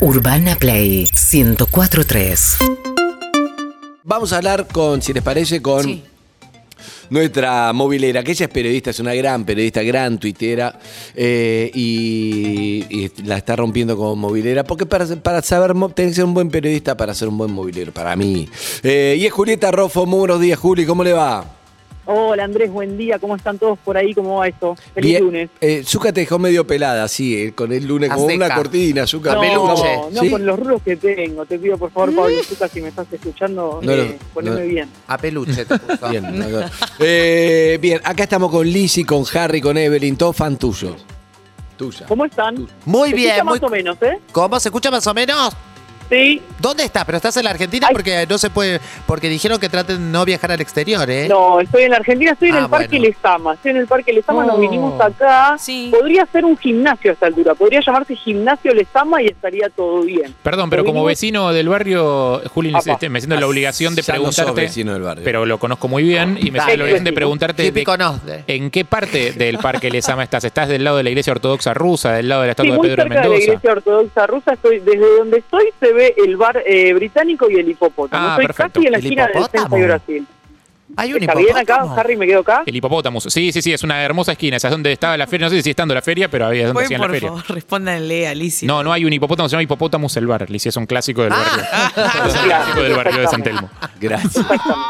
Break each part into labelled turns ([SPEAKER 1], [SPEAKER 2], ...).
[SPEAKER 1] Urbana Play 1043.
[SPEAKER 2] Vamos a hablar con, si les parece, con
[SPEAKER 3] Sí.
[SPEAKER 2] nuestra movilera, que ella es periodista, es una gran periodista, gran tuitera, eh, y, y la está rompiendo como movilera, porque para, para saber, mo- tenés que ser un buen periodista para ser un buen movilero, para mí. Eh, y es Julieta Rofo, muy buenos días, Juli, ¿cómo le va?
[SPEAKER 4] Hola Andrés, buen día, ¿cómo están todos por ahí? ¿Cómo va eso? Feliz
[SPEAKER 2] Bien.
[SPEAKER 4] lunes.
[SPEAKER 2] Eh, Zucca te dejó medio pelada, sí, eh, con el lunes,
[SPEAKER 3] A
[SPEAKER 2] como una
[SPEAKER 3] seca.
[SPEAKER 2] cortina, Zucca.
[SPEAKER 3] peluche.
[SPEAKER 4] No, no
[SPEAKER 2] ¿Sí?
[SPEAKER 4] con los rulos que tengo. Te pido por favor, Pablo Zucca, si me estás escuchando,
[SPEAKER 2] No,
[SPEAKER 4] eh,
[SPEAKER 2] no,
[SPEAKER 4] poneme
[SPEAKER 2] no.
[SPEAKER 4] bien.
[SPEAKER 3] A peluche te puso.
[SPEAKER 2] Bien, acá. Eh, bien, acá estamos con Lizzie, con Harry, con Evelyn, todos fan tuyos. Tuya.
[SPEAKER 4] ¿Cómo están?
[SPEAKER 3] Muy
[SPEAKER 4] Se
[SPEAKER 3] bien,
[SPEAKER 4] escucha
[SPEAKER 3] muy-
[SPEAKER 4] más o menos, ¿eh?
[SPEAKER 3] ¿Cómo se escucha más o menos?
[SPEAKER 4] Sí.
[SPEAKER 3] ¿Dónde estás? ¿Pero estás en la Argentina?
[SPEAKER 4] Ay.
[SPEAKER 3] Porque no se puede. Porque dijeron que traten de no viajar al exterior, ¿eh?
[SPEAKER 4] No, estoy en la Argentina, estoy en
[SPEAKER 3] Ah,
[SPEAKER 4] el Parque
[SPEAKER 3] bueno.
[SPEAKER 4] Lezama. Estoy en el Parque Lezama,
[SPEAKER 3] Oh.
[SPEAKER 4] nos vinimos acá.
[SPEAKER 5] Sí.
[SPEAKER 4] Podría ser un gimnasio a esta altura, podría llamarse Gimnasio Lezama y estaría todo bien.
[SPEAKER 6] Perdón, pero como vecino del barrio, Juli,
[SPEAKER 4] Apa.
[SPEAKER 6] este, me siento la obligación de
[SPEAKER 2] Ah, Ya no sos
[SPEAKER 6] preguntarte,
[SPEAKER 2] vecino del barrio.
[SPEAKER 6] pero lo conozco muy bien y me
[SPEAKER 3] Dale.
[SPEAKER 6] siento la obligación de preguntarte de- eh,
[SPEAKER 3] Típico no. de-
[SPEAKER 6] en qué parte del Parque Lesama estás. ¿Estás del lado de la iglesia ortodoxa rusa, del lado de la
[SPEAKER 4] Sí,
[SPEAKER 6] estatua
[SPEAKER 4] muy
[SPEAKER 6] de Pedro de
[SPEAKER 4] cerca de la
[SPEAKER 6] Mendoza?
[SPEAKER 4] iglesia ortodoxa rusa, estoy, desde donde estoy se ve el bar eh, británico y el hipopótamo.
[SPEAKER 6] Ah,
[SPEAKER 4] estoy
[SPEAKER 6] perfecto.
[SPEAKER 4] casi en la
[SPEAKER 3] ¿El
[SPEAKER 4] esquina del
[SPEAKER 3] hipopótamo?
[SPEAKER 4] centro de Brasil.
[SPEAKER 3] Hay un
[SPEAKER 4] ¿Está bien acá,
[SPEAKER 3] hipopótamo.
[SPEAKER 4] Harry? ¿Me quedo acá?
[SPEAKER 6] El hipopótamo. Sí, sí, sí, es una hermosa esquina. Esa es donde estaba la feria. No sé si sigue estando la feria, pero había donde
[SPEAKER 5] Pueden,
[SPEAKER 6] hacían la
[SPEAKER 5] por
[SPEAKER 6] feria.
[SPEAKER 5] favor, respóndanle a Alicia.
[SPEAKER 6] No, no hay un hipopótamo, se llama Hipopótamus el bar. Licia es un clásico del barrio.
[SPEAKER 2] Ah.
[SPEAKER 6] es un clásico del barrio de San Telmo.
[SPEAKER 2] Gracias.
[SPEAKER 4] Exactamente.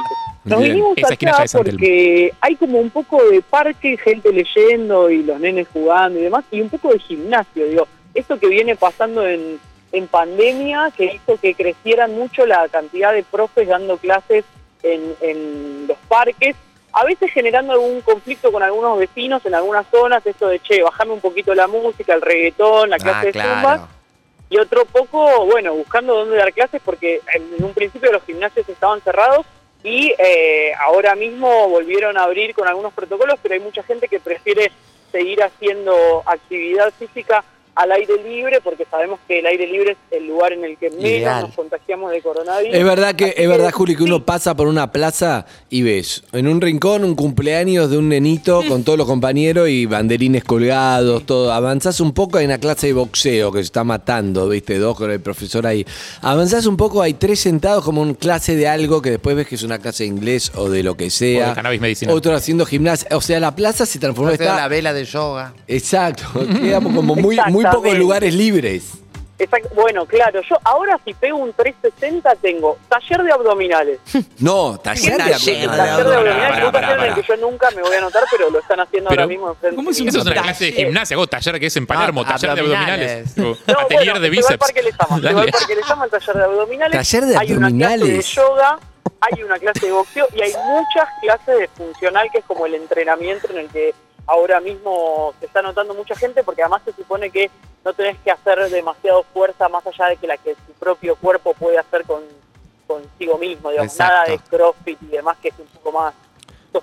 [SPEAKER 4] Nos
[SPEAKER 2] Bien.
[SPEAKER 4] vinimos
[SPEAKER 6] Esa esquina ya
[SPEAKER 4] acá
[SPEAKER 6] es San Telmo.
[SPEAKER 4] porque hay como un poco de parque, gente leyendo y los nenes jugando y demás, y un poco de gimnasio, digo. Esto que viene pasando en, en pandemia, que hizo que creciera mucho la cantidad de profes dando clases en, en los parques, a veces generando algún conflicto con algunos vecinos en algunas zonas, esto de, che, bajame un poquito la música, el reggaetón, la clase de
[SPEAKER 3] Ah,
[SPEAKER 4] zumba,
[SPEAKER 3] claro.
[SPEAKER 4] y otro poco, bueno, buscando dónde dar clases porque en, en un principio los gimnasios estaban cerrados y eh, ahora mismo volvieron a abrir con algunos protocolos, pero hay mucha gente que prefiere seguir haciendo actividad física al aire libre porque sabemos que el aire libre es el lugar en el que menos
[SPEAKER 3] Ideal.
[SPEAKER 4] nos contagiamos de coronavirus.
[SPEAKER 2] Es verdad que,
[SPEAKER 4] Así
[SPEAKER 2] es verdad, Juli, que
[SPEAKER 4] sí,
[SPEAKER 2] uno pasa por una plaza y ves en un rincón un cumpleaños de un nenito con todos los compañeros y banderines colgados, todo. Avanzás un poco, hay una clase de boxeo que se está matando, viste, dos con el profesor ahí. Avanzás un poco, hay tres sentados como una clase de algo que después ves que es una clase de inglés o de lo que sea.
[SPEAKER 6] O de cannabis medicinal.
[SPEAKER 2] Otro haciendo gimnasia. O sea, la plaza se transformó.
[SPEAKER 3] Hacer
[SPEAKER 2] está-
[SPEAKER 3] la vela de yoga.
[SPEAKER 2] Exacto. Quedamos como muy, muy pocos
[SPEAKER 4] Exactamente.
[SPEAKER 2] lugares libres.
[SPEAKER 4] exacto. Bueno, claro, yo ahora si pego un 360 tengo taller de abdominales.
[SPEAKER 2] No, taller de
[SPEAKER 5] Taller
[SPEAKER 4] El
[SPEAKER 5] de
[SPEAKER 2] abdominales.
[SPEAKER 4] taller de abdominales,
[SPEAKER 6] pará,
[SPEAKER 4] un taller en
[SPEAKER 6] pará.
[SPEAKER 4] el que yo nunca me voy a anotar, pero lo están haciendo
[SPEAKER 6] Pero,
[SPEAKER 4] ahora mismo enfrente.
[SPEAKER 5] ¿cómo es
[SPEAKER 4] mío.
[SPEAKER 5] un
[SPEAKER 6] Eso es una
[SPEAKER 5] Taller.
[SPEAKER 6] clase de gimnasia, vos, taller que es en Palermo,
[SPEAKER 3] Ah,
[SPEAKER 6] taller de abdominales.
[SPEAKER 3] abdominales.
[SPEAKER 6] O
[SPEAKER 4] No,
[SPEAKER 6] atelier
[SPEAKER 4] bueno, se
[SPEAKER 6] de
[SPEAKER 4] va al
[SPEAKER 6] bíceps.
[SPEAKER 4] Parque Lezama, se va
[SPEAKER 6] Dale.
[SPEAKER 4] al Parque Lezama, al taller de abdominales.
[SPEAKER 2] Taller de
[SPEAKER 4] hay una
[SPEAKER 2] abdominales.
[SPEAKER 4] clase de yoga, hay una clase de boxeo y hay muchas clases de funcional, que es como el entrenamiento en el que ahora mismo se está notando mucha gente, porque además se supone que no tenés que hacer demasiado fuerza más allá de que la que tu propio cuerpo puede hacer con consigo mismo, digamos,
[SPEAKER 3] Exacto.
[SPEAKER 4] nada de crossfit y demás, que es un poco más...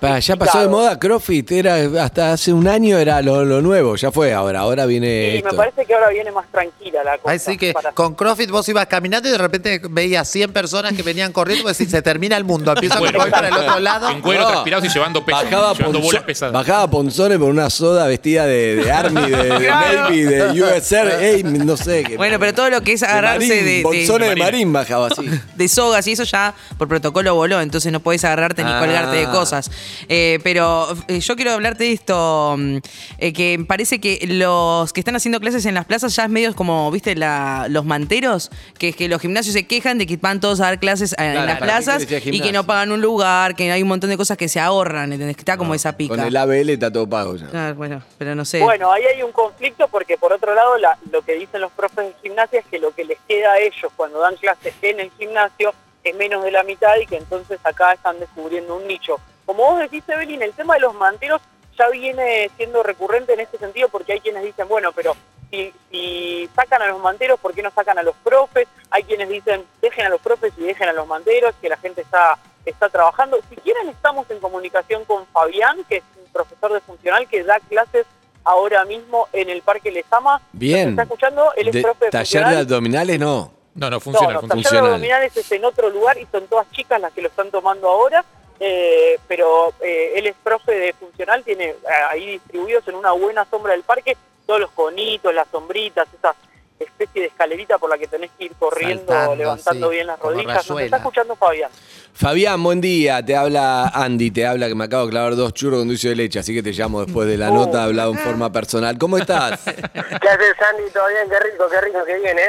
[SPEAKER 2] Pa, ya pasó de
[SPEAKER 4] sofisticado.
[SPEAKER 2] moda CrossFit, era hasta hace un año era lo, lo nuevo, ya fue ahora, ahora viene
[SPEAKER 4] Y me
[SPEAKER 2] esto.
[SPEAKER 4] parece que ahora viene más tranquila la cosa.
[SPEAKER 3] Así que
[SPEAKER 4] para-
[SPEAKER 3] con CrossFit vos ibas caminando y de repente veías 100 personas que venían corriendo. Vos decís, se termina el mundo. Empieza a
[SPEAKER 6] Bueno.
[SPEAKER 3] correr para el otro lado.
[SPEAKER 6] En cuero,
[SPEAKER 2] No.
[SPEAKER 6] transpirados y llevando peso,
[SPEAKER 2] Bajaba,
[SPEAKER 6] llevando
[SPEAKER 2] Ponzo-
[SPEAKER 6] bolas pesadas.
[SPEAKER 2] bajaba Ponzone por una soda vestida de, de Army, de, de Navy, de USR, Ey, no sé. qué-
[SPEAKER 5] Bueno, pero todo lo que es
[SPEAKER 2] de
[SPEAKER 5] agarrarse
[SPEAKER 2] Marín,
[SPEAKER 5] de- de-
[SPEAKER 2] Ponzone de
[SPEAKER 6] de
[SPEAKER 2] Marín bajaba así.
[SPEAKER 5] De sogas y eso ya por protocolo voló, entonces no podés agarrarte ni
[SPEAKER 2] Ah.
[SPEAKER 5] colgarte de cosas. Eh, pero eh, yo quiero hablarte de esto, mm, eh, que parece que los que están haciendo clases en las plazas ya es medio como, viste, la- los manteros, que es que los gimnasios se quejan de que van todos a dar clases a-
[SPEAKER 2] Claro,
[SPEAKER 5] en las
[SPEAKER 2] claro,
[SPEAKER 5] plazas
[SPEAKER 2] que decía
[SPEAKER 5] y que
[SPEAKER 2] gimnasio.
[SPEAKER 5] no pagan un lugar, que hay un montón de cosas que se ahorran, ¿entendés? Que está como esa pica.
[SPEAKER 2] Con el ABL está todo pago ya.
[SPEAKER 5] Ah, bueno, pero no sé.
[SPEAKER 4] Bueno, ahí hay un conflicto porque por otro lado la- lo que dicen los profes de gimnasia es que lo que les queda a ellos cuando dan clases en el gimnasio es menos de la mitad y que entonces acá están descubriendo un nicho. Como vos decís, Evelyn, el tema de los manteros ya viene siendo recurrente en este sentido porque hay quienes dicen, bueno, pero si, si sacan a los manteros, ¿por qué no sacan a los profes? Hay quienes dicen, dejen a los profes y dejen a los manteros, que la gente está, está trabajando. Si quieren, estamos en comunicación con Fabián, que es un profesor de funcional que da clases ahora mismo en el Parque Lezama.
[SPEAKER 2] Bien.
[SPEAKER 4] ¿Nos está escuchando? Él es
[SPEAKER 2] De-
[SPEAKER 4] profe de
[SPEAKER 2] taller de
[SPEAKER 4] funcional.
[SPEAKER 2] abdominales no.
[SPEAKER 6] No, no,
[SPEAKER 4] No,
[SPEAKER 6] funciona,
[SPEAKER 4] no,
[SPEAKER 6] funciona.
[SPEAKER 4] taller de
[SPEAKER 2] funcional.
[SPEAKER 4] abdominales es en otro lugar y son todas chicas las que lo están tomando ahora, eh, pero eh, él es profe de funcional, tiene eh, ahí distribuidos en una buena sombra del parque todos los conitos, las sombritas, esas especie de escalerita por la que tenés que ir corriendo,
[SPEAKER 3] Saltando,
[SPEAKER 4] levantando
[SPEAKER 3] sí,
[SPEAKER 4] bien las
[SPEAKER 3] como
[SPEAKER 4] rodillas. ¿Nos
[SPEAKER 3] rayuela.
[SPEAKER 4] está escuchando Fabián?
[SPEAKER 2] Fabián, buen día. Te habla Andy, te habla que me acabo de clavar dos churros con dulce de leche, así que te llamo después de la
[SPEAKER 4] Oh.
[SPEAKER 2] nota, hablado en forma personal. ¿Cómo estás?
[SPEAKER 4] ¿Qué haces, Sandy? ¿Todo bien? Qué rico, qué rico que viene.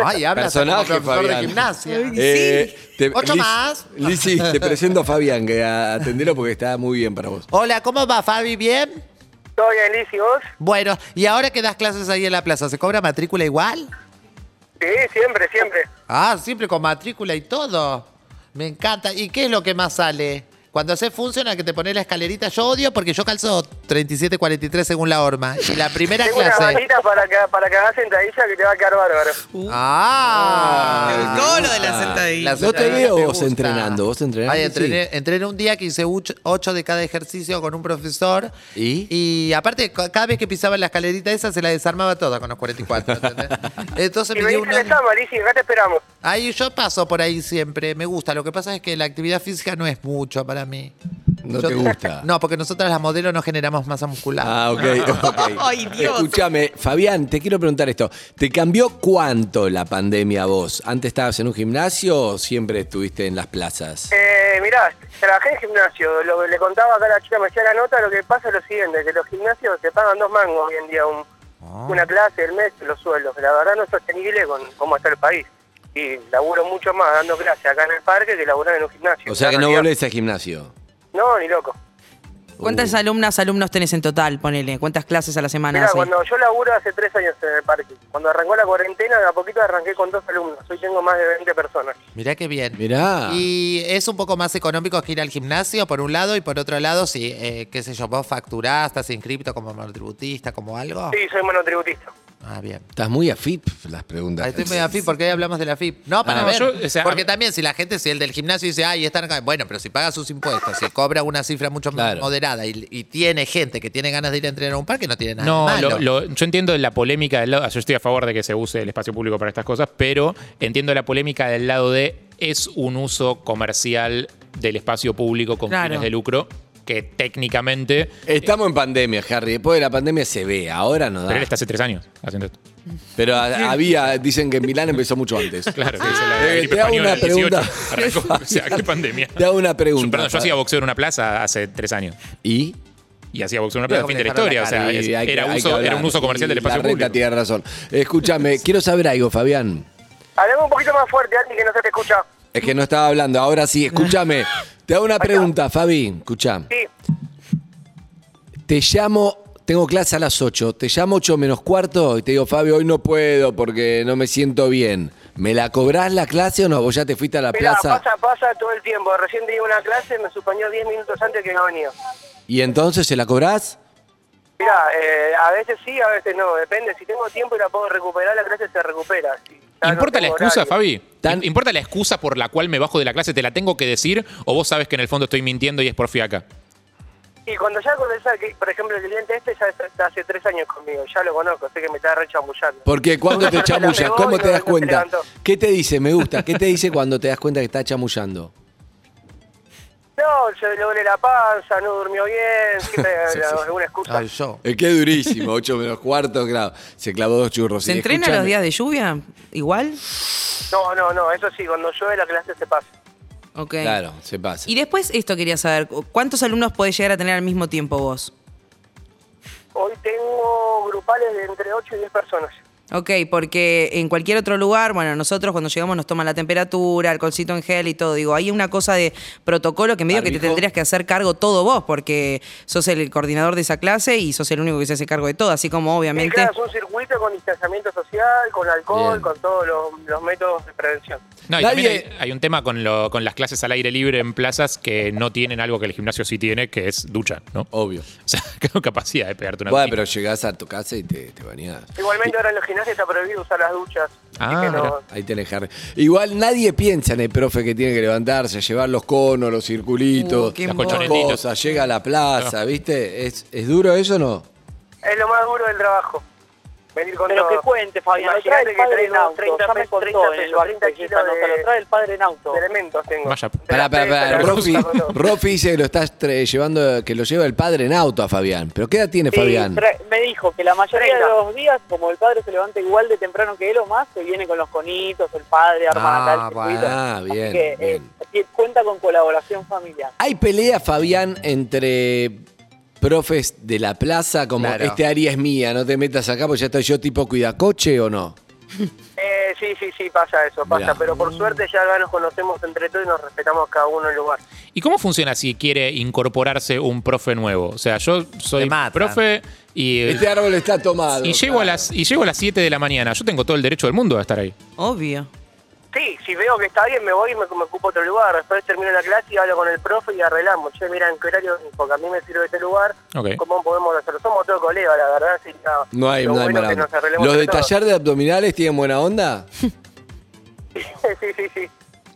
[SPEAKER 3] Ay, hablas como
[SPEAKER 2] Personaje,
[SPEAKER 3] profesor
[SPEAKER 2] Fabián.
[SPEAKER 3] de gimnasia.
[SPEAKER 2] Eh, te-
[SPEAKER 3] Ocho
[SPEAKER 2] Liz-
[SPEAKER 3] más.
[SPEAKER 2] Lizzy, te presento a Fabián, que a- atendelo porque está muy bien para vos.
[SPEAKER 3] Hola, ¿cómo va, Fabi? ¿Bien?
[SPEAKER 4] ¿Todo bien, Liz? ¿Y vos?
[SPEAKER 3] Bueno, y ahora que das clases ahí en la plaza, ¿se cobra matrícula igual?
[SPEAKER 4] Sí, siempre, siempre.
[SPEAKER 3] Ah, siempre con matrícula y todo. Me encanta. ¿Y qué es lo que más sale? Cuando haces funciona que te pones la escalerita, yo odio porque yo calzo 37-43 según la horma. Y la primera
[SPEAKER 4] Tengo una
[SPEAKER 3] clase.
[SPEAKER 4] varita para que, para que hagas sentadilla que te va a quedar bárbaro.
[SPEAKER 3] Ah,
[SPEAKER 5] Todo lo de la sentadilla.
[SPEAKER 3] La
[SPEAKER 2] No te
[SPEAKER 3] sentadilla
[SPEAKER 2] veo
[SPEAKER 3] me
[SPEAKER 2] vos
[SPEAKER 3] gusta.
[SPEAKER 2] entrenando, vos entrenás,
[SPEAKER 3] Ay,
[SPEAKER 2] sí.
[SPEAKER 3] entrené, entrené un día que hice 8 de cada ejercicio con un profesor.
[SPEAKER 2] ¿Y?
[SPEAKER 3] Y aparte, ca- cada vez que pisaba la escalerita esa, se la desarmaba toda con los 44. ¿entendés? Entonces
[SPEAKER 4] Y
[SPEAKER 3] me dio
[SPEAKER 4] venís
[SPEAKER 3] un...
[SPEAKER 4] en el Sama, Liz, y acá te esperamos.
[SPEAKER 3] Ahí yo paso por ahí siempre, me gusta. Lo que pasa es que la actividad física no es mucho para mí.
[SPEAKER 2] No
[SPEAKER 3] Yo-
[SPEAKER 2] te gusta.
[SPEAKER 3] No, porque nosotras las modelos no generamos masa muscular.
[SPEAKER 2] Ah, ok, ok.
[SPEAKER 5] Ay, Dios.
[SPEAKER 2] Escúchame, Fabián, te quiero preguntar esto. ¿Te cambió cuánto la pandemia a vos? ¿Antes estabas en un gimnasio o siempre estuviste en las plazas?
[SPEAKER 4] Eh, mirá, trabajé en gimnasio. Lo, le contaba acá a la chica, me hacía la nota. Lo que pasa es lo siguiente: que los gimnasios te pagan dos mangos hoy en día, un- una clase, el mes, los sueldos. La verdad no es sostenible con cómo está el país. Y laburo mucho más dando clases acá en el parque que laburar en un gimnasio.
[SPEAKER 2] O sea que
[SPEAKER 4] La
[SPEAKER 2] no
[SPEAKER 4] realidad.
[SPEAKER 2] volvés al gimnasio.
[SPEAKER 4] No, ni loco.
[SPEAKER 5] ¿Cuántas alumnas, alumnos tenés en total? Ponele, ¿cuántas clases a la semana
[SPEAKER 4] Mira,
[SPEAKER 5] haces?
[SPEAKER 4] cuando yo laburo hace tres años en el parque, cuando arrancó la cuarentena, de a poquito arranqué con dos alumnos. Hoy tengo más de 20 personas.
[SPEAKER 3] Mirá qué bien.
[SPEAKER 2] Mirá.
[SPEAKER 3] Y es un poco más económico que ir al gimnasio, por un lado, y por otro lado, si, eh, qué sé yo, vos facturás, estás inscripto como monotributista, como algo.
[SPEAKER 4] Sí, soy monotributista.
[SPEAKER 3] Ah, bien.
[SPEAKER 2] Estás muy afip las preguntas.
[SPEAKER 3] Ahí estoy medio afip, porque ahí hablamos de la FIP. No, para
[SPEAKER 6] Ah,
[SPEAKER 3] ver.
[SPEAKER 6] yo, o sea,
[SPEAKER 3] porque también, si la gente, si el del gimnasio dice, ay, están acá. Bueno, pero si paga sus impuestos, si cobra una cifra mucho más
[SPEAKER 2] Claro.
[SPEAKER 3] moderada y, y tiene gente que tiene ganas de ir a entrenar a un parque, no tiene nada. de
[SPEAKER 6] No,
[SPEAKER 3] malo.
[SPEAKER 6] lo- lo- yo entiendo la polémica del lado. Yo estoy a favor de que se use el espacio público para estas cosas, pero entiendo la polémica del lado de es un uso comercial del espacio público con
[SPEAKER 5] Claro.
[SPEAKER 6] fines de lucro que técnicamente.
[SPEAKER 2] Estamos en pandemia, Harry. Después de la pandemia se ve, ahora no da.
[SPEAKER 6] Pero él está hace tres años haciendo esto.
[SPEAKER 2] Pero a- había, dicen que en Milán empezó mucho antes.
[SPEAKER 6] Claro, que hizo la
[SPEAKER 2] Eh,
[SPEAKER 6] gripe
[SPEAKER 2] te hago
[SPEAKER 6] española
[SPEAKER 2] una
[SPEAKER 6] del 18,
[SPEAKER 2] pregunta.
[SPEAKER 6] arrancó, o sea, qué pandemia.
[SPEAKER 2] Te hago una pregunta.
[SPEAKER 6] Yo, perdón, yo
[SPEAKER 2] Fabián.
[SPEAKER 6] hacía boxeo en una plaza hace tres años.
[SPEAKER 2] ¿Y?
[SPEAKER 6] Y hacía boxeo en una
[SPEAKER 3] Pero
[SPEAKER 6] plaza, fin de la
[SPEAKER 3] dejaron la
[SPEAKER 6] historia. O sea,
[SPEAKER 2] Y
[SPEAKER 6] es-
[SPEAKER 2] hay que-
[SPEAKER 6] era,
[SPEAKER 2] hay que
[SPEAKER 6] uso, era
[SPEAKER 2] hablar.
[SPEAKER 6] un uso
[SPEAKER 2] Y
[SPEAKER 6] comercial del espacio
[SPEAKER 2] la reta
[SPEAKER 6] público.
[SPEAKER 2] tiene razón. Escúchame, quiero saber algo, Fabián.
[SPEAKER 4] Hablame un poquito más fuerte, Andy, que no se te escucha.
[SPEAKER 2] Es que no estaba hablando, ahora sí, escúchame. Te hago una pregunta, Fabi, escuchá.
[SPEAKER 4] Sí.
[SPEAKER 2] Te llamo, tengo clase a las 8, te llamo 8 menos cuarto y te digo, Fabi, hoy no puedo porque no me siento bien. ¿Me la cobrás la clase o no? Vos ya te fuiste a la
[SPEAKER 4] Mira,
[SPEAKER 2] plaza.
[SPEAKER 4] pasa, pasa todo el tiempo. Recién di una clase, me suspendió 10 minutos antes que no venía.
[SPEAKER 2] ¿Y entonces se la cobrás?
[SPEAKER 4] Mira, eh, a veces sí, a veces no. Depende. Si tengo tiempo y la puedo recuperar, la clase se recupera. Si ya no
[SPEAKER 6] ¿Importa la
[SPEAKER 4] tengo
[SPEAKER 6] excusa,
[SPEAKER 4] horario.
[SPEAKER 6] Fabi?
[SPEAKER 2] Tan-
[SPEAKER 6] ¿Importa la excusa por la cual me bajo de la clase? ¿Te la tengo que decir? ¿O vos sabes que en el fondo estoy mintiendo y es por fiaca?
[SPEAKER 4] Y cuando ya conversa, que, por ejemplo, el cliente este ya está- está hace tres años conmigo. Ya lo conozco, sé que me está re chamullando.
[SPEAKER 2] Porque cuando te chamullas, ¿cómo te das cuenta? ¿Qué te dice? Me gusta. ¿Qué te dice cuando te das cuenta que está chamullando?
[SPEAKER 4] No, se le duele la panza, no durmió bien, siempre eh,
[SPEAKER 2] Sí, sí.
[SPEAKER 4] alguna excusa.
[SPEAKER 3] Ay, yo.
[SPEAKER 2] Es que es durísimo, 8 menos cuarto, claro. Se clavó dos churros.
[SPEAKER 5] ¿Se
[SPEAKER 2] Y
[SPEAKER 5] entrena
[SPEAKER 2] escúchame-
[SPEAKER 5] los días de lluvia? ¿Igual?
[SPEAKER 4] No, no, no, eso sí, cuando llueve la clase se pasa.
[SPEAKER 5] Ok.
[SPEAKER 2] Claro, se pasa.
[SPEAKER 5] Y después esto quería saber, ¿cu- ¿cuántos alumnos podés llegar a tener al mismo tiempo vos?
[SPEAKER 4] Hoy tengo grupales de entre 8 y 10 personas.
[SPEAKER 5] Ok, porque en cualquier otro lugar, bueno, nosotros cuando llegamos nos toman la temperatura, alcoholcito en gel y todo. Digo, hay una cosa de protocolo que medio que te
[SPEAKER 2] Barbijo.
[SPEAKER 5] tendrías que hacer cargo todo vos, porque sos el coordinador de esa clase y sos el único que se hace cargo de todo, así como
[SPEAKER 4] Y
[SPEAKER 5] obviamente...
[SPEAKER 4] claro, es un circuito con distanciamiento social, con alcohol,
[SPEAKER 2] Bien.
[SPEAKER 4] con todos los, los métodos de prevención.
[SPEAKER 6] No, y
[SPEAKER 2] Nadie-
[SPEAKER 6] también hay, hay un tema con, lo- con las clases al aire libre en plazas que no tienen algo que el gimnasio sí tiene, que es ducha, ¿no? O
[SPEAKER 2] Obvio.
[SPEAKER 6] sea, creo capacidad de pegarte una
[SPEAKER 2] Bueno,
[SPEAKER 6] duchita.
[SPEAKER 2] pero llegás a tu casa y te, te bañás.
[SPEAKER 4] Igualmente ahora en los gimnasios está prohibido usar las duchas. así
[SPEAKER 6] Ah,
[SPEAKER 4] que no-
[SPEAKER 6] mira.
[SPEAKER 2] Ahí tenés, Harry. Igual nadie piensa en el profe que tiene que levantarse, llevar los conos, los circulitos,
[SPEAKER 5] Uh, qué
[SPEAKER 6] Las
[SPEAKER 5] embole.
[SPEAKER 6] colchonetitas.
[SPEAKER 2] cosas, llega a la plaza, ¿viste? ¿Es, es duro eso o no?
[SPEAKER 4] Es lo más duro del trabajo.
[SPEAKER 7] Venir con
[SPEAKER 4] Pero
[SPEAKER 7] todo.
[SPEAKER 4] que cuente, Fabián, lo trae
[SPEAKER 7] Imagínate
[SPEAKER 4] el padre
[SPEAKER 7] que
[SPEAKER 4] en auto,
[SPEAKER 7] traigo 30
[SPEAKER 4] ya me
[SPEAKER 7] pesos,
[SPEAKER 4] contó en el
[SPEAKER 7] pesos,
[SPEAKER 4] barco
[SPEAKER 7] 30
[SPEAKER 4] que esa
[SPEAKER 7] kilos
[SPEAKER 4] nota, lo
[SPEAKER 7] de-
[SPEAKER 4] trae el padre en auto.
[SPEAKER 7] de elementos tengo.
[SPEAKER 6] Vaya.
[SPEAKER 7] De
[SPEAKER 2] Pará,
[SPEAKER 7] la
[SPEAKER 2] pará,
[SPEAKER 7] pesca,
[SPEAKER 2] pará.
[SPEAKER 7] de la
[SPEAKER 2] Rofi,
[SPEAKER 7] fruta, con todo.
[SPEAKER 2] Rofi dice que lo estás tra- llevando, que lo lleva el padre en auto a Fabián. ¿Pero qué edad tiene
[SPEAKER 4] Sí,
[SPEAKER 2] Fabián?
[SPEAKER 4] tra- me dijo que la mayoría de
[SPEAKER 7] Treinta.
[SPEAKER 4] los días, como el padre se levanta igual de temprano que él o más, se viene con los conitos, el padre arma
[SPEAKER 2] Ah,
[SPEAKER 4] tal
[SPEAKER 2] bueno.
[SPEAKER 4] circuito.
[SPEAKER 2] Ah,
[SPEAKER 4] Así
[SPEAKER 2] bien,
[SPEAKER 4] que, eh,
[SPEAKER 2] bien.
[SPEAKER 4] sí, cuenta con colaboración familiar.
[SPEAKER 2] ¿Hay pelea, Fabián, entre profes de la plaza? Como
[SPEAKER 3] Claro.
[SPEAKER 2] este área es mía, no te metas acá porque ya estoy yo tipo cuidacoche o no?
[SPEAKER 7] Eh, sí, sí, sí, pasa eso, pasa.
[SPEAKER 2] Mirá.
[SPEAKER 7] Pero por suerte ya acá nos conocemos entre todos y nos respetamos cada uno el lugar.
[SPEAKER 6] ¿Y cómo funciona si quiere incorporarse un profe nuevo? O sea, yo
[SPEAKER 3] Te
[SPEAKER 6] soy
[SPEAKER 3] matan.
[SPEAKER 6] profe y,
[SPEAKER 2] Este árbol está tomado.
[SPEAKER 6] Eh, y llego a las y llego a las 7 de la mañana. Yo tengo todo el derecho del mundo a estar ahí.
[SPEAKER 5] Obvio.
[SPEAKER 7] Sí, si veo que está bien me voy y me, me ocupo otro lugar. Después termino la clase y hablo con el profe y arreglamos. Che, mira, en qué horario, porque a mí me sirve este lugar.
[SPEAKER 6] Ok.
[SPEAKER 7] ¿Cómo podemos hacerlo? Somos todos colegas, la verdad. Así que nada,
[SPEAKER 2] No hay,
[SPEAKER 7] lo
[SPEAKER 2] no hay
[SPEAKER 7] bueno
[SPEAKER 2] mala
[SPEAKER 7] que
[SPEAKER 2] onda.
[SPEAKER 7] nos arreglemos
[SPEAKER 2] ¿Los de
[SPEAKER 7] entre todos.
[SPEAKER 2] taller de abdominales tienen buena onda?
[SPEAKER 7] sí, sí, sí.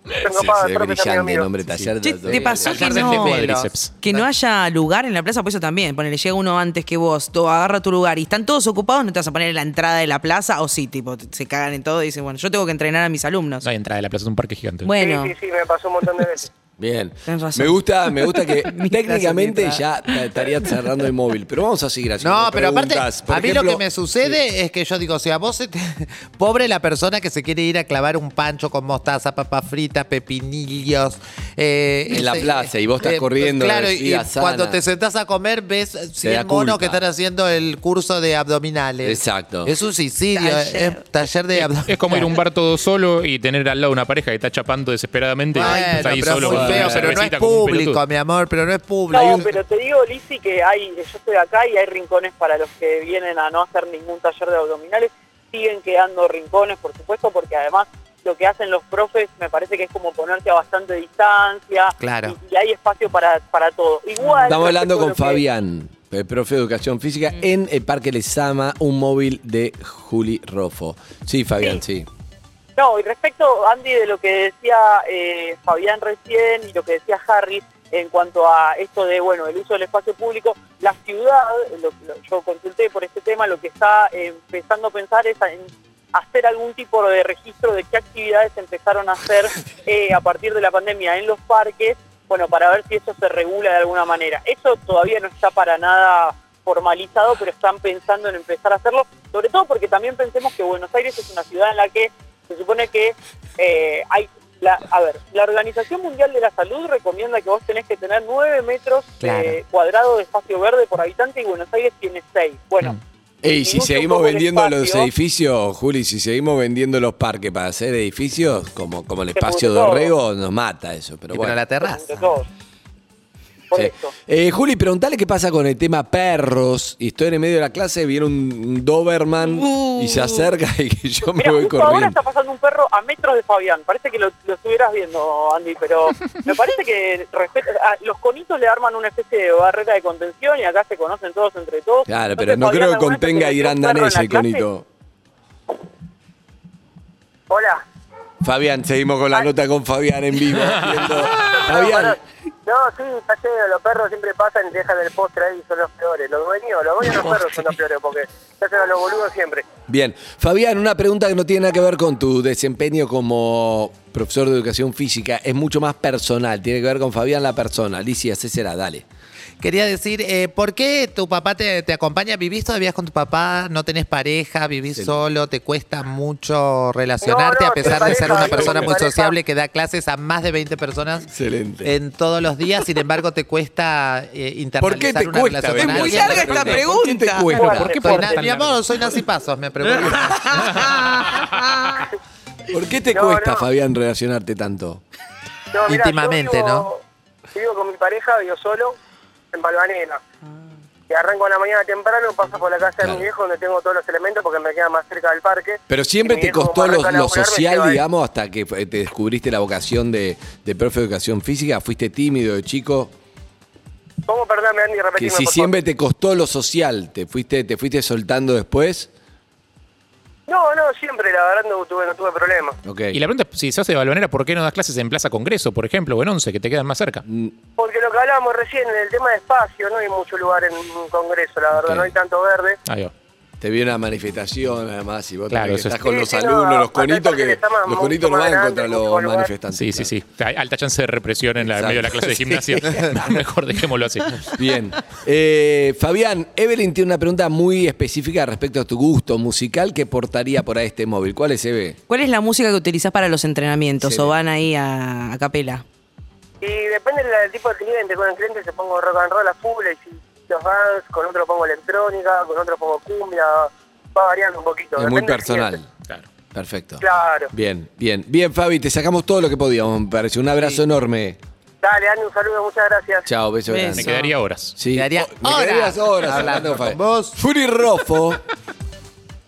[SPEAKER 2] Sí, se ve brillante, nombre, taller de
[SPEAKER 5] Che,
[SPEAKER 2] abdominales.
[SPEAKER 5] ¿te pasó que
[SPEAKER 6] Taller del
[SPEAKER 5] no,
[SPEAKER 6] cuádriceps.
[SPEAKER 5] que no haya lugar en la plaza? Por eso también, ponele, llega uno antes que vos, tú agarra tu lugar y están todos ocupados, no te vas a poner en la entrada de la plaza o sí, tipo, te- se cagan en todo y dicen, bueno, yo tengo que entrenar a mis alumnos.
[SPEAKER 6] No hay entrada de la plaza, es un parque gigante.
[SPEAKER 5] Bueno,
[SPEAKER 7] Sí, sí, sí, me pasó un montón de veces.
[SPEAKER 2] Bien.
[SPEAKER 5] Tenés razón.
[SPEAKER 2] Me gusta, me gusta que
[SPEAKER 5] Mi
[SPEAKER 2] técnicamente ya
[SPEAKER 5] clase
[SPEAKER 2] ta- estaría cerrando el móvil, pero vamos a seguir haciendo
[SPEAKER 3] No, pero aparte,
[SPEAKER 2] preguntas. Por
[SPEAKER 3] a mí lo
[SPEAKER 2] ejemplo,
[SPEAKER 3] que me sucede es que yo digo, o sea, vos, se te- pobre la persona que se quiere ir a clavar un pancho con mostaza, papa frita, pepinillos. eh,
[SPEAKER 2] En la plaza, y vos estás corriendo,
[SPEAKER 3] Claro, y
[SPEAKER 2] vestida sana.
[SPEAKER 3] cuando te sentás a comer, ves
[SPEAKER 2] da
[SPEAKER 3] 100 monos
[SPEAKER 2] culpa.
[SPEAKER 3] que están haciendo el curso de abdominales.
[SPEAKER 2] Exacto.
[SPEAKER 3] Es un suicidio,
[SPEAKER 5] Taller.
[SPEAKER 3] es taller de abdominales.
[SPEAKER 6] Es como ir a un bar todo solo y tener al lado una pareja que está chapando desesperadamente y
[SPEAKER 3] Bueno,
[SPEAKER 6] está ahí
[SPEAKER 3] pero
[SPEAKER 6] solo
[SPEAKER 3] muy
[SPEAKER 6] con
[SPEAKER 3] feo,
[SPEAKER 6] una
[SPEAKER 3] pero no es
[SPEAKER 6] cervecita como un pelotudo.
[SPEAKER 3] público, mi amor, pero no es público.
[SPEAKER 4] No, pero te digo, Lisi, que hay, yo estoy acá y hay rincones para los que vienen a no hacer ningún taller de abdominales. Siguen quedando rincones, por supuesto, porque además lo que hacen los profes me parece que es como ponerte a bastante distancia.
[SPEAKER 3] Claro.
[SPEAKER 4] Y, y hay espacio para, para todo. Igual.
[SPEAKER 2] Estamos hablando
[SPEAKER 4] respecto a
[SPEAKER 2] con
[SPEAKER 4] lo que-
[SPEAKER 2] Fabián, el profe de educación física,
[SPEAKER 3] Mm.
[SPEAKER 2] en el Parque Lesama, un móvil de Juli Rofo. Sí, Fabián, sí.
[SPEAKER 4] No, y respecto, Andy, de lo que decía eh, Fabián recién y lo que decía Harry en cuanto a esto de, bueno, el uso del espacio público, la ciudad, lo- lo- yo consulté por este tema, lo que está eh, empezando a pensar es en hacer algún tipo de registro de qué actividades empezaron a hacer eh, a partir de la pandemia en los parques, bueno, para ver si eso se regula de alguna manera. Eso todavía no está para nada formalizado, pero están pensando en empezar a hacerlo, sobre todo porque también pensemos que Buenos Aires es una ciudad en la que se supone que eh, hay... La, a ver, la Organización Mundial de la Salud recomienda que vos tenés que tener 9 metros
[SPEAKER 3] Claro.
[SPEAKER 4] eh, cuadrados de espacio verde por habitante y Buenos Aires tiene 6. Bueno,
[SPEAKER 2] Ey, si
[SPEAKER 4] Minuto
[SPEAKER 2] seguimos
[SPEAKER 4] como el
[SPEAKER 2] vendiendo los
[SPEAKER 4] espacio.
[SPEAKER 2] edificios, Juli, si seguimos vendiendo los parques para hacer edificios, como, como el
[SPEAKER 4] Te
[SPEAKER 2] espacio de
[SPEAKER 4] juro todo.
[SPEAKER 2] Orrego, nos mata eso. Pero
[SPEAKER 3] Y
[SPEAKER 2] bueno.
[SPEAKER 3] pero la terraza.
[SPEAKER 4] entre todos. Por
[SPEAKER 2] Sí.
[SPEAKER 4] eso.
[SPEAKER 2] Eh, Juli, preguntale qué pasa con el tema perros. Y estoy en el medio de la clase, viene un Doberman y se acerca y que yo me
[SPEAKER 4] Mira,
[SPEAKER 2] voy
[SPEAKER 4] Uh. justo ahora
[SPEAKER 2] corriendo.
[SPEAKER 4] está pasando un perro a metros de Fabián. Parece que lo, lo estuvieras viendo, Andy, pero me parece que respeta- ah, los conitos le arman una especie de barrera de contención y acá se conocen todos entre todos.
[SPEAKER 2] Claro,
[SPEAKER 4] Entonces,
[SPEAKER 2] pero no
[SPEAKER 4] Fabián,
[SPEAKER 2] creo que
[SPEAKER 4] alguna vez
[SPEAKER 2] contenga
[SPEAKER 4] te
[SPEAKER 2] ir
[SPEAKER 4] metió un perro en
[SPEAKER 2] andanés
[SPEAKER 4] la
[SPEAKER 2] el
[SPEAKER 4] clase,
[SPEAKER 2] conito.
[SPEAKER 7] Hola.
[SPEAKER 2] Fabián, seguimos con
[SPEAKER 4] Ah.
[SPEAKER 2] la nota con Fabián en vivo. Viendo- Fabián,
[SPEAKER 7] No, sí, está lleno, los perros siempre pasan y dejan el postre ahí, son los peores. Los dueños, los dueños de los perros son los peores porque se hacen a los boludos siempre.
[SPEAKER 2] bien. Fabián, una pregunta que no tiene nada que ver con tu desempeño como profesor de educación física, es mucho más personal, tiene que ver con Fabián la persona. Licia, ese será, dale.
[SPEAKER 3] Quería decir, eh, ¿por qué tu papá te, te acompaña? ¿Vivís todavía con tu papá? ¿No tenés pareja? ¿Vivís
[SPEAKER 2] Sí.
[SPEAKER 3] solo? ¿Te cuesta mucho relacionarte
[SPEAKER 7] No, no,
[SPEAKER 3] a pesar
[SPEAKER 7] sin
[SPEAKER 3] de ser
[SPEAKER 7] pareja,
[SPEAKER 3] una
[SPEAKER 7] no, sin
[SPEAKER 3] persona muy
[SPEAKER 7] pareja.
[SPEAKER 3] sociable que da clases a más de 20 personas
[SPEAKER 2] Excelente.
[SPEAKER 3] en todos los días? Sin embargo, ¿te cuesta eh,
[SPEAKER 2] ¿Por qué
[SPEAKER 3] internalizar
[SPEAKER 2] te
[SPEAKER 3] una
[SPEAKER 2] cuesta?
[SPEAKER 3] relación
[SPEAKER 2] Es
[SPEAKER 3] con
[SPEAKER 5] muy
[SPEAKER 3] alguien?
[SPEAKER 5] larga
[SPEAKER 2] ¿Por
[SPEAKER 5] esta
[SPEAKER 2] qué te
[SPEAKER 5] pregunta.
[SPEAKER 2] cuesta?
[SPEAKER 4] Fuerte.
[SPEAKER 6] ¿Por qué
[SPEAKER 3] Soy
[SPEAKER 6] por
[SPEAKER 3] na-
[SPEAKER 6] tan
[SPEAKER 3] mi
[SPEAKER 6] larga?
[SPEAKER 3] amor, soy Nancy Pasos, me pregunto.
[SPEAKER 2] ¿Por qué te
[SPEAKER 7] No,
[SPEAKER 2] cuesta,
[SPEAKER 7] no.
[SPEAKER 2] Fabián, relacionarte tanto?
[SPEAKER 7] No, mirá,
[SPEAKER 3] Íntimamente,
[SPEAKER 7] yo
[SPEAKER 3] ¿no?
[SPEAKER 7] vivo, Vivo con mi pareja, vivo solo, en Balvanera. Y arranco a la mañana temprano, paso por la casa
[SPEAKER 2] Ah. Claro.
[SPEAKER 7] de mi viejo donde tengo todos los elementos porque me queda más cerca del parque.
[SPEAKER 2] Pero
[SPEAKER 7] Y
[SPEAKER 2] siempre
[SPEAKER 7] mi
[SPEAKER 2] te
[SPEAKER 7] viejo,
[SPEAKER 2] costó
[SPEAKER 7] cuando
[SPEAKER 2] lo,
[SPEAKER 7] arranca a
[SPEAKER 2] lo
[SPEAKER 7] laburar, me lleva
[SPEAKER 2] social,
[SPEAKER 7] ahí.
[SPEAKER 2] digamos, hasta que eh, te descubriste la vocación de, de profe de educación física. Fuiste tímido de chico.
[SPEAKER 7] ¿Cómo perdóname, Andy?
[SPEAKER 2] Que
[SPEAKER 7] Repetime,
[SPEAKER 2] si
[SPEAKER 7] por favor.
[SPEAKER 2] siempre te costó lo social, te fuiste, te fuiste soltando después.
[SPEAKER 7] No, no, siempre, la verdad, no tuve, no tuve problemas.
[SPEAKER 2] Ok.
[SPEAKER 6] Y la pregunta es, si sos de Balvanera, ¿por qué no das clases en Plaza Congreso, por ejemplo, o en Once, que te quedan más cerca?
[SPEAKER 7] Porque lo que hablábamos recién, el tema de espacio, no hay mucho lugar en un congreso, la verdad,
[SPEAKER 2] Ok.
[SPEAKER 7] no hay tanto verde.
[SPEAKER 6] Ahí va.
[SPEAKER 2] Te vi una manifestación, además, y vos
[SPEAKER 6] Claro,
[SPEAKER 2] tenés que
[SPEAKER 6] eso
[SPEAKER 2] estás
[SPEAKER 6] es-
[SPEAKER 2] con
[SPEAKER 7] Sí,
[SPEAKER 2] los
[SPEAKER 7] sí, no,
[SPEAKER 2] alumnos, los
[SPEAKER 7] acá
[SPEAKER 2] conitos
[SPEAKER 7] parece
[SPEAKER 2] que,
[SPEAKER 7] que está más-
[SPEAKER 2] los conitos no
[SPEAKER 7] mucho más
[SPEAKER 2] van
[SPEAKER 7] grande,
[SPEAKER 2] contra
[SPEAKER 7] mucho
[SPEAKER 2] los
[SPEAKER 7] más lugar.
[SPEAKER 2] manifestantes.
[SPEAKER 6] Sí, sí,
[SPEAKER 2] claro.
[SPEAKER 6] sí. Hay alta chance de represión en la, en medio de la clase de
[SPEAKER 2] Exacto.
[SPEAKER 6] gimnasia. Mejor dejémoslo así.
[SPEAKER 2] Bien. Eh, Fabián, Evelyn tiene una pregunta muy específica respecto a tu gusto musical que portaría por ahí este móvil. ¿Cuál es, Eve?
[SPEAKER 5] ¿Cuál es la música que utilizás para los entrenamientos?
[SPEAKER 2] Sí.
[SPEAKER 5] ¿O van ahí a, a capela?
[SPEAKER 7] Y depende del tipo de cliente. Con el cliente se pongo rock and roll a full, y si los dance, con otro pongo electrónica, con otro pongo cumbia. Va variando un poquito.
[SPEAKER 2] Es muy
[SPEAKER 7] depende del
[SPEAKER 2] personal.
[SPEAKER 7] cliente.
[SPEAKER 6] Claro.
[SPEAKER 2] Perfecto.
[SPEAKER 7] Claro.
[SPEAKER 2] Bien, bien. Bien, Fabi, te sacamos todo lo que podíamos, me parece. Un abrazo enorme.
[SPEAKER 7] Dale, dale un saludo, muchas gracias.
[SPEAKER 2] Chao, beso
[SPEAKER 5] Beso.
[SPEAKER 6] Me
[SPEAKER 2] grande.
[SPEAKER 5] queda-
[SPEAKER 6] quedaría horas.
[SPEAKER 2] Sí.
[SPEAKER 3] Quedaría
[SPEAKER 2] Oh, me quedarías
[SPEAKER 3] horas
[SPEAKER 2] horas
[SPEAKER 3] hablando
[SPEAKER 2] hablando, Fabi.
[SPEAKER 3] con vos.
[SPEAKER 2] Furi Rofo.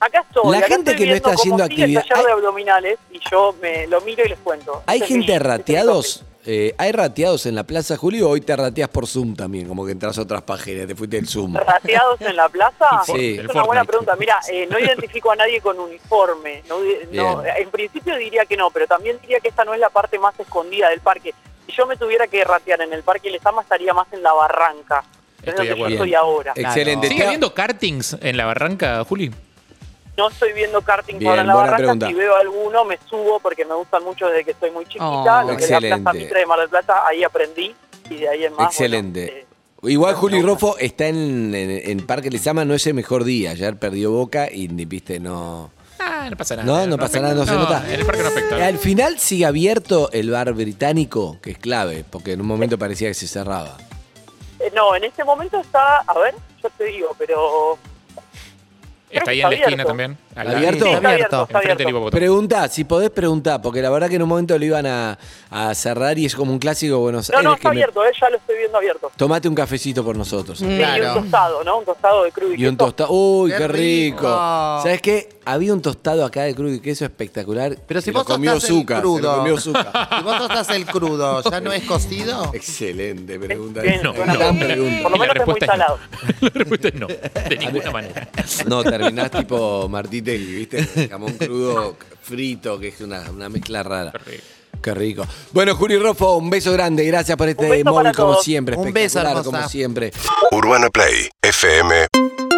[SPEAKER 4] Acá estoy.
[SPEAKER 2] La
[SPEAKER 4] acá
[SPEAKER 2] gente
[SPEAKER 4] estoy
[SPEAKER 2] que no está
[SPEAKER 4] viendo cómo
[SPEAKER 2] haciendo
[SPEAKER 4] sigue el
[SPEAKER 2] actividad-
[SPEAKER 4] taller de
[SPEAKER 2] hay-
[SPEAKER 4] abdominales y yo me lo miro y les cuento.
[SPEAKER 2] ¿Hay
[SPEAKER 4] Ese es mi-
[SPEAKER 2] gente
[SPEAKER 4] ese es mi
[SPEAKER 2] rateados? Eh, ¿Hay rateados en la plaza, Julio? Hoy te rateas por Zoom también, como que entras a otras páginas, te fuiste del Zoom.
[SPEAKER 4] ¿Rateados en la plaza?
[SPEAKER 2] Sí.
[SPEAKER 4] Es
[SPEAKER 6] El
[SPEAKER 4] una buena
[SPEAKER 6] Fortnite.
[SPEAKER 4] pregunta. Mira, eh, no identifico a nadie con uniforme. No, di- no,
[SPEAKER 2] Bien.
[SPEAKER 4] en principio diría que no, pero también diría que esta no es la parte más escondida del parque. Si yo me tuviera que ratear en el parque Lesama, estaría más en la barranca. que Es
[SPEAKER 6] Estoy de
[SPEAKER 4] donde yo
[SPEAKER 6] acuerdo.
[SPEAKER 4] estoy ahora.
[SPEAKER 2] Excelente.
[SPEAKER 6] ¿Sigue
[SPEAKER 2] Te-
[SPEAKER 6] habiendo kartings en la barranca, Juli?
[SPEAKER 4] No estoy viendo karting
[SPEAKER 2] Bien,
[SPEAKER 4] ahora en la
[SPEAKER 2] buena
[SPEAKER 4] barranca.
[SPEAKER 2] pregunta.
[SPEAKER 4] Si veo alguno, me subo porque me gustan mucho desde que estoy muy chiquita.
[SPEAKER 5] Oh,
[SPEAKER 4] Lo que es la Plaza
[SPEAKER 2] excelente.
[SPEAKER 4] Mitre de Mar del Plata, ahí aprendí. Y de ahí en más.
[SPEAKER 2] Excelente.
[SPEAKER 4] bueno, eh,
[SPEAKER 2] Igual Juli Rofo está en, en, en Parque Lezama, no es el mejor día. Ayer perdió Boca y ni viste, no.
[SPEAKER 6] Ah, no pasa nada.
[SPEAKER 2] No, no pasa nada, no se nota.
[SPEAKER 6] En el parque no afecta.
[SPEAKER 2] Al final sigue abierto el bar británico, que es clave, porque en un momento parecía que se cerraba.
[SPEAKER 4] eh, no, en este momento está. A ver, yo te digo, pero.
[SPEAKER 6] Está ahí
[SPEAKER 4] Está
[SPEAKER 6] en la esquina
[SPEAKER 4] abierto.
[SPEAKER 6] también. al lado.
[SPEAKER 2] ¿Abierto?
[SPEAKER 4] Sí,
[SPEAKER 3] Está
[SPEAKER 4] está
[SPEAKER 3] abierto.
[SPEAKER 4] abierto, está
[SPEAKER 6] Enfrente del
[SPEAKER 4] abierto.
[SPEAKER 6] hipopótamo.
[SPEAKER 2] Pregunta, si podés preguntar, porque la verdad que en un momento lo iban a, a cerrar y es como un clásico de Buenos
[SPEAKER 4] No,
[SPEAKER 2] Aires.
[SPEAKER 4] no,
[SPEAKER 2] que
[SPEAKER 4] está
[SPEAKER 2] me-
[SPEAKER 4] abierto, eh, ya lo estoy viendo abierto.
[SPEAKER 2] Tomate un cafecito por nosotros.
[SPEAKER 4] Sí, Y
[SPEAKER 3] Claro.
[SPEAKER 4] un tostado, ¿no? Un tostado de crudo y
[SPEAKER 2] Y un
[SPEAKER 4] queso.
[SPEAKER 2] tostado. Uy,
[SPEAKER 3] Mm. ¡Qué
[SPEAKER 2] qué rico.
[SPEAKER 3] rico!
[SPEAKER 2] ¿Sabes qué? Había un tostado acá de crudo y queso espectacular.
[SPEAKER 3] Pero si
[SPEAKER 2] Se lo
[SPEAKER 3] vos
[SPEAKER 2] comió
[SPEAKER 3] tostás el
[SPEAKER 2] Zucca, se lo
[SPEAKER 3] crudo.
[SPEAKER 2] comió Zucca.
[SPEAKER 3] Si vos tostás el crudo, ¿ya no es cocido?
[SPEAKER 2] Excelente pregunta.
[SPEAKER 4] Bien,
[SPEAKER 6] No,
[SPEAKER 4] buena
[SPEAKER 6] no.
[SPEAKER 2] Gran
[SPEAKER 4] pregunta.
[SPEAKER 2] pregunta.
[SPEAKER 4] Por lo
[SPEAKER 6] Y la
[SPEAKER 4] menos es muy
[SPEAKER 6] respuesta es no.
[SPEAKER 4] salado.
[SPEAKER 6] La respuesta es no, de ninguna manera.
[SPEAKER 2] No, terminás tipo Martitelli, ¿viste? Jamón crudo frito, que es una, una mezcla rara. Qué rico. Bueno, Juli Rofo, un beso grande. Gracias por
[SPEAKER 4] Un
[SPEAKER 2] este
[SPEAKER 4] beso
[SPEAKER 2] móvil,
[SPEAKER 4] para
[SPEAKER 2] como
[SPEAKER 4] todos.
[SPEAKER 2] siempre.
[SPEAKER 3] Un beso,
[SPEAKER 2] espectacular,
[SPEAKER 3] hermosa.
[SPEAKER 2] como siempre.
[SPEAKER 8] Urbana Play fm.com